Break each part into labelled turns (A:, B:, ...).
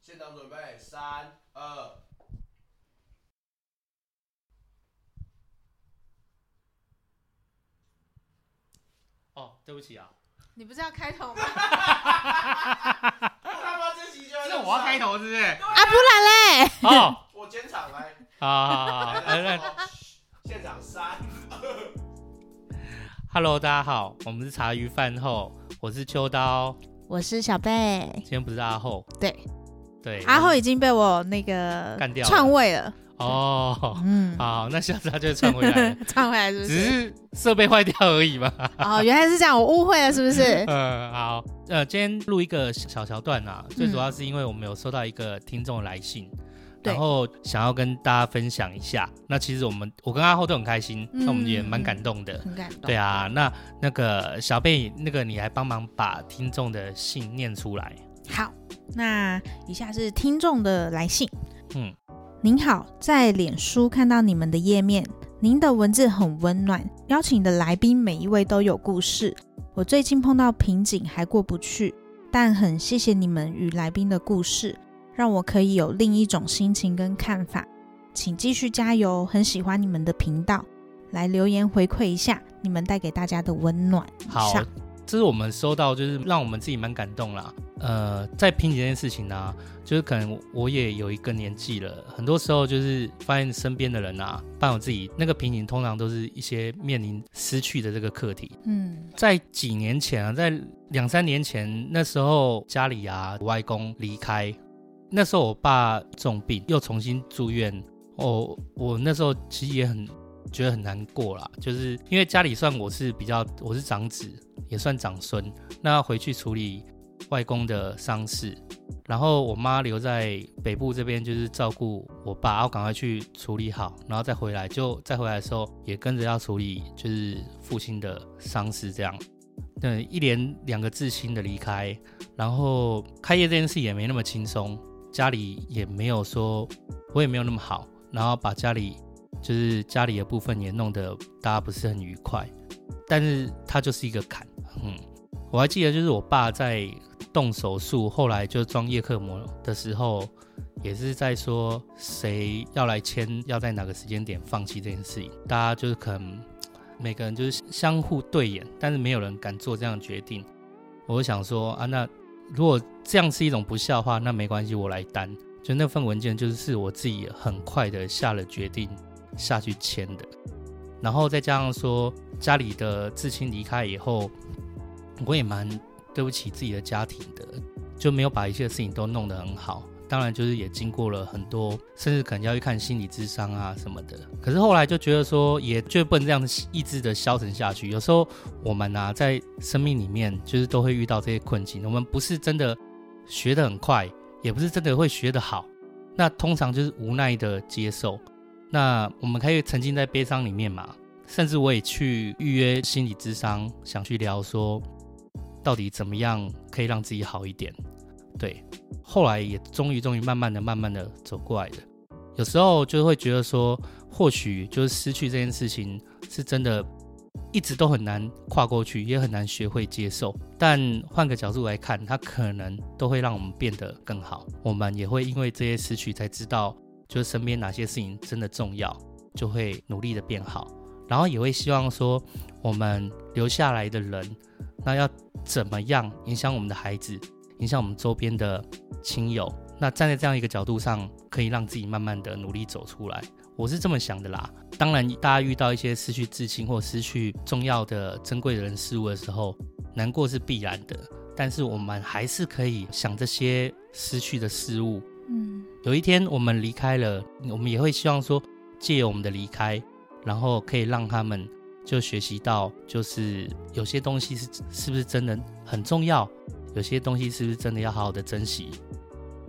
A: 现场准备，三二。
B: 哦，对不起啊，
C: 你不是要开头吗？
A: 我他妈这集就
D: 这我要开
A: 头，
D: 头是不是？
C: 啊， 不然嘞？
B: 哦，
A: 我剪场来，
B: 啊，来来
A: 现场三，
B: ，Hello，大家好，我们是茶余饭后，我是秋刀，
C: 我是小贝，
B: 今天不是阿后，
C: 对，
B: 对，
C: 阿后已经被我那个
B: 干掉了
C: 篡位了，
B: 哦，
C: 嗯，
B: 好，那下次他就会传回来了，
C: 篡位了是不
B: 只
C: 是？
B: 是设备坏掉而已嘛。
C: 哦，原来是这样，我误会了是 不是？
B: 嗯，好，呃，今天录一个小桥段啊，最主要是因为我们有收到一个听众来信。
C: 对
B: 然后想要跟大家分享一下，那其实我们我跟阿后都很开心，那我们也蛮感动的。
C: 很感动。
B: 对啊，那那个小贝，那个你来帮忙把听众的信念出来。
C: 好，那以下是听众的来信。
B: 嗯，
C: 您好，在脸书看到你们的页面，您的文字很温暖，邀请的来宾每一位都有故事。我最近碰到瓶颈还过不去，但很谢谢你们与来宾的故事，让我可以有另一种心情跟看法。请继续加油，很喜欢你们的频道，来留言回馈一下你们带给大家的温暖。
B: 好
C: 上，
B: 这是我们收到，就是让我们自己蛮感动啦。呃，在拼这件事情呢、就是可能我也有一个年纪了，很多时候就是发现身边的人啊，伴我自己那个瓶颈，通常都是一些面临失去的这个课题。
C: 嗯
B: 在几年前啊，在两三年前，那时候家里啊，我外公离开，那时候我爸重病又重新住院，哦，我那时候其实也很觉得很难过啦，就是因为家里算我是比较我是长子，也算长孙，那回去处理外公的丧事。然后我妈留在北部这边，就是照顾我爸，要赶快去处理好，然后再回来。就再回来的时候，也跟着要处理，就是父亲的丧事这样。对，一连两个至亲的离开，然后开业这件事也没那么轻松，家里也没有说，我也没有那么好，然后把家里就是家里的部分也弄得大家不是很愉快，但是它就是一个坎，嗯，我还记得就是我爸在动手术，后来就装叶克膜的时候，也是在说谁要来签，要在哪个时间点放弃这件事情，大家就是可能每个人就是相互对眼，但是没有人敢做这样的决定。我就想说啊，那如果这样是一种不孝的话，那没关系，我来担。就那份文件就是是我自己很快的下了决定下去签的，然后再加上说家里的至亲离开以后，我也蛮对不起自己的家庭的，就没有把一切事情都弄得很好。当然，就是也经过了很多，甚至可能要去看心理智商啊什么的。可是后来就觉得说，也绝不能这样一直的消沉下去。有时候我们啊，在生命里面就是都会遇到这些困境。我们不是真的学得很快，也不是真的会学得好，那通常就是无奈的接受。那我们可以沉浸在悲伤里面嘛，甚至我也去预约心理智商，想去聊说到底怎么样可以让自己好一点。对，后来也终于终于慢慢的、慢慢的走过来的。有时候就会觉得说，或许就是失去这件事情是真的，一直都很难跨过去，也很难学会接受。但换个角度来看，它可能都会让我们变得更好。我们也会因为这些失去，才知道就是身边哪些事情真的重要，就会努力的变好。然后也会希望说，我们留下来的人，那要怎么样影响我们的孩子，影响我们周边的亲友。那站在这样一个角度上，可以让自己慢慢的努力走出来。我是这么想的啦。当然，大家遇到一些失去至亲或失去重要的、珍贵的人事物的时候，难过是必然的。但是我们还是可以想这些失去的事物，
C: 嗯
B: 有一天我们离开了，我们也会希望说，借由我们的离开，然后可以让他们就学习到，就是有些东西是是不是真的很重要，有些东西是不是真的要好好的珍惜，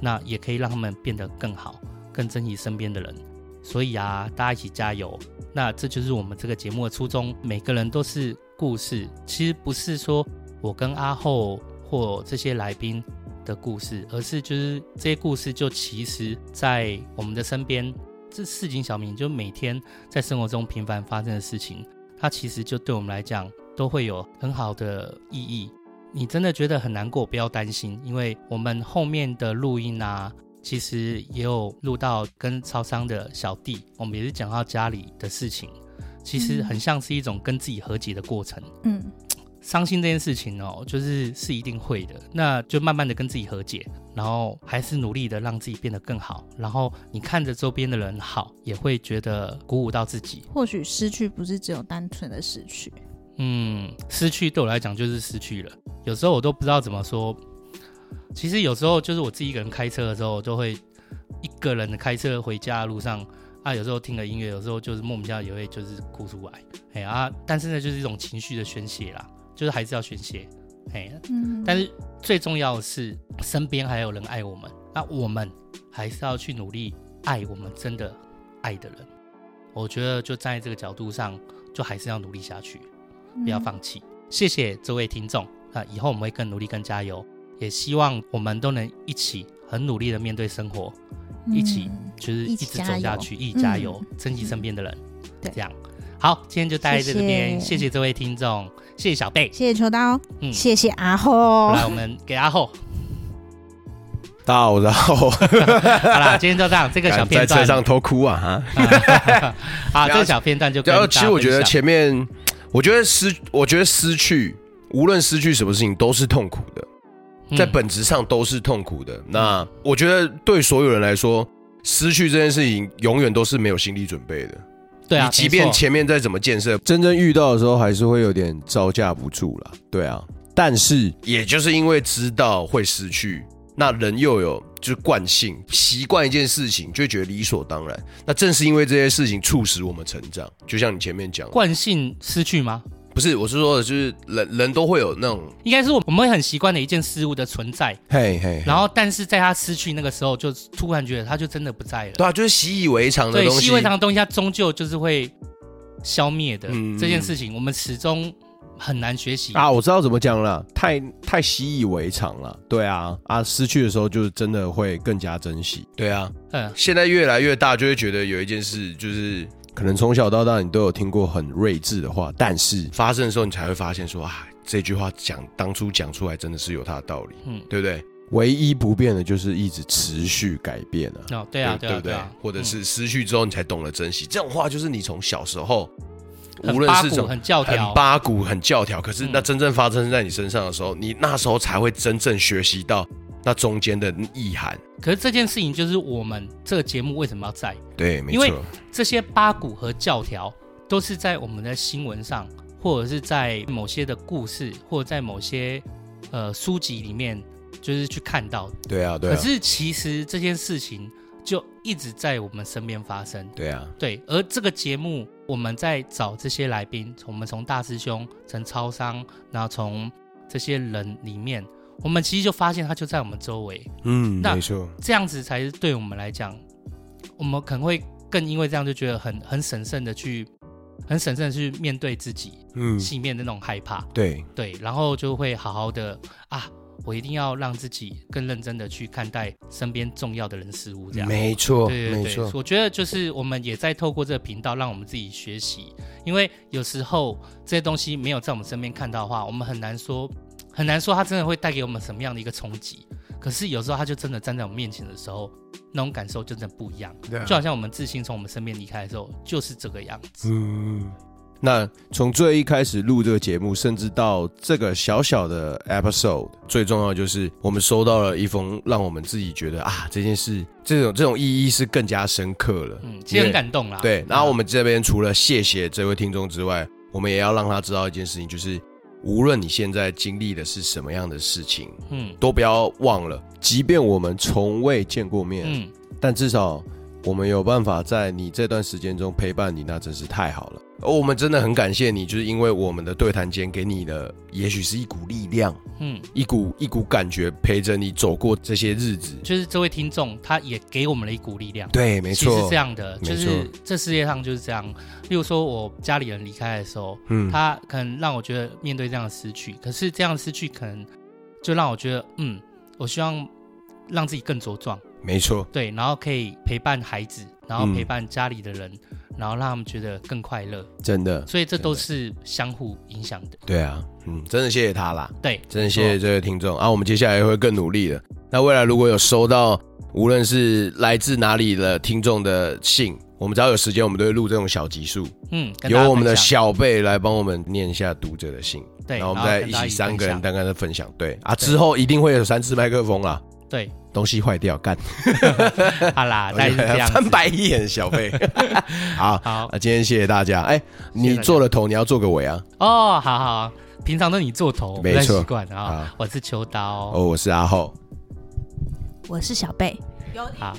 B: 那也可以让他们变得更好，更珍惜身边的人。所以啊，大家一起加油！那这就是我们这个节目的初衷。每个人都是故事，其实不是说我跟阿后或这些来宾的故事，而是就是这些故事就其实在我们的身边，这市井小民就每天在生活中频繁发生的事情，它其实就对我们来讲都会有很好的意义。你真的觉得很难过，不要担心，因为我们后面的录音啊，其实也有录到跟超商的小弟，我们也是讲到家里的事情，其实很像是一种跟自己和解的过程。
C: 嗯
B: 伤心这件事情哦，就是是一定会的，那就慢慢的跟自己和解，然后还是努力的让自己变得更好，然后你看着周边的人好，也会觉得鼓舞到自己。
C: 或许失去不是只有单纯的失去，
B: 嗯，失去对我来讲就是失去了，有时候我都不知道怎么说。其实有时候就是我自己一个人开车的时候，我就会一个人的开车回家的路上啊，有时候听个音乐，有时候就是莫名其妙也会就是哭出来，哎啊，但是呢就是一种情绪的宣泄啦，就是还是要宣泄，哎，
C: 嗯，
B: 但是最重要的是，身边还有人爱我们，那我们还是要去努力爱我们真的爱的人。我觉得就站在这个角度上，就还是要努力下去，不
C: 嗯
B: 要放弃。谢谢这位听众，那以后我们会更努力、更加油，也希望我们都能一起很努力的面对生活，
C: 嗯
B: 一起
C: 嗯
B: 就是
C: 一
B: 一
C: 起
B: 直
C: 加
B: 走下
C: 油嗯
B: 去，一起加油，珍惜身边的人。这样好，今天就待在这边，
C: 谢谢
B: 谢谢这位听众，谢谢小贝，
C: 谢谢秋刀，哦
B: 嗯
C: 谢谢阿后，哦
B: 来我们给阿后。
D: 大家好，我是阿后，
B: 好啦，今天就这样，这个小
D: 敢
B: 片
D: 在
B: 段
D: 车上偷哭啊哈。
B: 啊，啊这个小片段就跟
D: 然
B: 大
D: 后
B: 家
D: 其实我觉得
B: 分享
D: 前面，我觉得失，我觉得失去，无论失去什么事情都是痛苦的，在
B: 嗯
D: 本质上都是痛苦的。那我觉得对所有人来说，失去这件事情永远都是没有心理准备的。
B: 对啊，
D: 你即便
B: 没错
D: 前面再怎么建设，
E: 真正遇到的时候，还是会有点招架不住啦。对啊，但是
D: 也就是因为知道会失去，那人又有就是惯性习惯一件事情，就会觉得理所当然。那正是因为这些事情促使我们成长，就像你前面讲的，
B: 惯性失去吗？
D: 不是我是说的，就是人人都会有那种
B: 应该是我们会很习惯的一件事物的存在，
E: 嘿嘿，
B: 然后但是在它失去那个时候，就突然觉得它就真的不在了。
D: 对啊，就是习以为常的
B: 对，
D: 东西
B: 习以。为常的东西，它终究就是会消灭的。
D: 嗯
B: 这件事情我们始终很难学习。
E: 啊，我知道怎么讲了，太太习以为常了。对啊，啊，失去的时候就是真的会更加珍惜。
D: 对啊，
B: 嗯，
D: 现在越来越大，就会觉得有一件事就是
E: 可能从小到大你都有听过很睿智的话，但是
D: 发生的时候，你才会发现说啊，这句话讲当初讲出来真的是有它的道理，
B: 嗯
D: 对不对？
E: 唯一不变的就是一直持续改变啊。
B: 哦，对啊，
D: 对
B: 啊，
D: 不
B: 对啊，
D: 或者
B: 嗯
D: 是失去之后你才懂得珍惜。这种话就是你从小时候，
B: 很
D: 无论
B: 八
D: 是
B: 股
D: 从
B: 嗯很教
D: 很
B: 条，
D: 八股、很教条，可是
B: 嗯
D: 那真正发生在你身上的时候，你那时候才会真正学习到那中间的意涵。
B: 可是这件事情就是我们这个节目为什么要在？
D: 对，没
B: 因为
D: 错，
B: 这些八股和教条都是在我们的新闻上，或者是在某些的故事，或者在某些呃书籍里面，就是去看到的。
D: 对啊，对
B: 可是其实这件事情就一直在我们身边发生。
D: 对啊，
B: 对，而这个节目我们在找这些来宾，我们从大师兄、从超商，然后从这些人里面，我们其实就发现他就在我们周围。
E: 嗯，
B: 那
E: 没错，
B: 这样子才是对我们来讲，我们可能会更因为这样就觉得很很审慎的去，很审慎的去面对自己
E: 嗯，
B: 心里面的那种害怕，
E: 对，
B: 对，然后就会好好的啊，我一定要让自己更认真的去看待身边重要的人事物，这样。
D: 没错，
B: 对对
D: 没
B: 对，
D: 错，
B: 我觉得就是我们也在透过这个频道，让我们自己学习，因为有时候这些东西没有在我们身边看到的话，我们很难说，很难说它真的会带给我们什么样的一个冲击。可是有时候它就真的站在我们面前的时候，那种感受真的不一样。就好像我们自信从我们身边离开的时候，就是这个样子。
E: 嗯，那从最一开始录这个节目，甚至到这个小小的 episode，
D: 最重要的就是我们收到了一封让我们自己觉得啊这件事这种这种意义是更加深刻了。
B: 嗯，其实很感动啦。
D: 对，然后我
B: 们
D: 们这边除了谢谢这位听众之外，我们也要让他知道一件事情，就是无论你现在经历的是什么样的事情，
B: 嗯
D: 都不要忘了，
E: 即便我们从未见过面，
B: 嗯，
E: 但至少我们有办法在你这段时间中陪伴你，那真是太好了。
D: 而我们真的很感谢你，就是因为我们的对谈间给你的，也许是一股力量，
B: 嗯，
D: 一股一股感觉，陪着你走过这些日子。
B: 就是这位听众他也给我们了一股力量。
D: 对，没
B: 其实是
D: 错
B: 这，样的，就
D: 没
B: 是这世界上就是这样。例如说，我家里人离开的时候，
D: 嗯，
B: 他可能让我觉得面对这样的失去，可是这样的失去可能就让我觉得，嗯，我希望让自己更茁壮，
D: 没错，
B: 对，然后可以陪伴孩子，然后
E: 嗯
B: 陪伴家里的人，然后让他们觉得更快乐，
E: 真的，
B: 所以这都是相互影响的。
D: 对啊，嗯，真的谢谢他啦。
B: 对，
D: 真的谢谢这位听众啊！我们接下来会更努力的。那未来如果有收到无论是来自哪里的听众的信，我们只要有时间，我们都会录这种小集数，
B: 嗯，跟大家
D: 由我们的
B: 分享
D: 小贝来帮我们念一下读者的信，
B: 对，
D: 然后我们再
B: 跟
D: 一
B: 大家
D: 起三个
B: 分
D: 人
B: 享
D: 单单的分享。对啊，之后一定会有三支麦克风啦，
B: 对，
D: 东西坏掉干，哎
B: 好啦，啊大概是这样子。
D: 翻白眼小 贝。好，啊
B: 好
D: 那今天谢谢大家。哎，你做了头，你要做个尾啊。
B: 哦，好好，平常都你做头，我不
D: 没
B: 太
D: 错
B: 习惯啊
D: 好。
B: 我是秋刀，
D: 哦，我是阿浩。
C: 我是小贝，有点
B: 好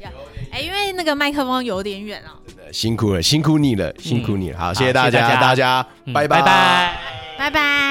C: 远，要哎、因为那个麦克风有点远哦，
D: 辛苦了，辛苦你了，辛苦你了。好，谢谢
B: 嗯好
D: 大
B: 谢谢
D: 家，
B: 大家
D: 大家
B: 嗯
D: 拜
B: 拜拜。
C: 拜拜。